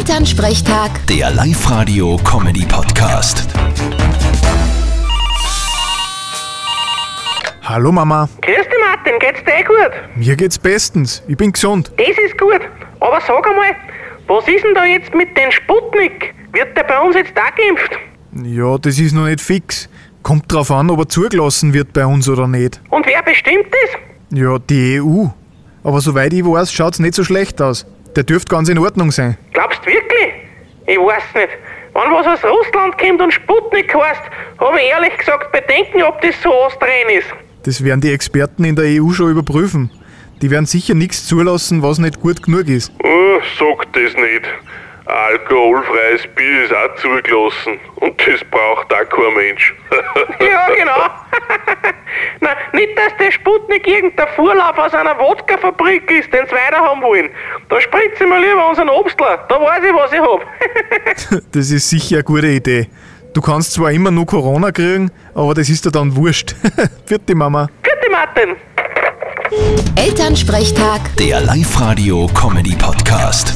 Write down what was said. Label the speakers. Speaker 1: Elternsprechtag,
Speaker 2: Der Live-Radio-Comedy-Podcast.
Speaker 3: Hallo Mama,
Speaker 4: Grüß dich Martin, geht's dir eh gut?
Speaker 3: mir geht's bestens. Ich bin gesund.
Speaker 4: Das ist gut. Aber sag einmal, was ist denn da jetzt mit den Sputnik? Wird der bei uns jetzt auch geimpft?
Speaker 3: Ja, das ist noch nicht fix. Kommt drauf an, ob er zugelassen wird bei uns oder nicht.
Speaker 4: Und wer bestimmt das?
Speaker 3: Ja, die EU. Aber soweit ich weiß, schaut's nicht so schlecht aus. Der dürfte ganz in Ordnung sein.
Speaker 4: Glaubst du wirklich? Ich weiß nicht. Wenn was aus Russland kommt und Sputnik heißt, habe ich ehrlich gesagt Bedenken, ob das so astrein ist.
Speaker 3: Das werden die Experten in der EU schon überprüfen. Die werden sicher nichts zulassen, was nicht gut genug ist.
Speaker 5: Oh, sag das nicht. Alkoholfreies Bier ist auch zugelassen. Und das braucht auch kein Mensch.
Speaker 4: Ja, genau. Na, nicht, dass der Sputnik irgendein Vorlauf aus einer Wodkafabrik ist, den sie weiterhaben wollen. Da spritze ich mir lieber unseren Obstler. Da weiß ich, was ich hab.
Speaker 3: Das ist sicher eine gute Idee. Du kannst zwar immer nur Corona kriegen, aber das ist dir dann wurscht. Vierte Mama.
Speaker 4: Vierte Martin.
Speaker 1: Elternsprechtag.
Speaker 2: Der Live-Radio-Comedy-Podcast.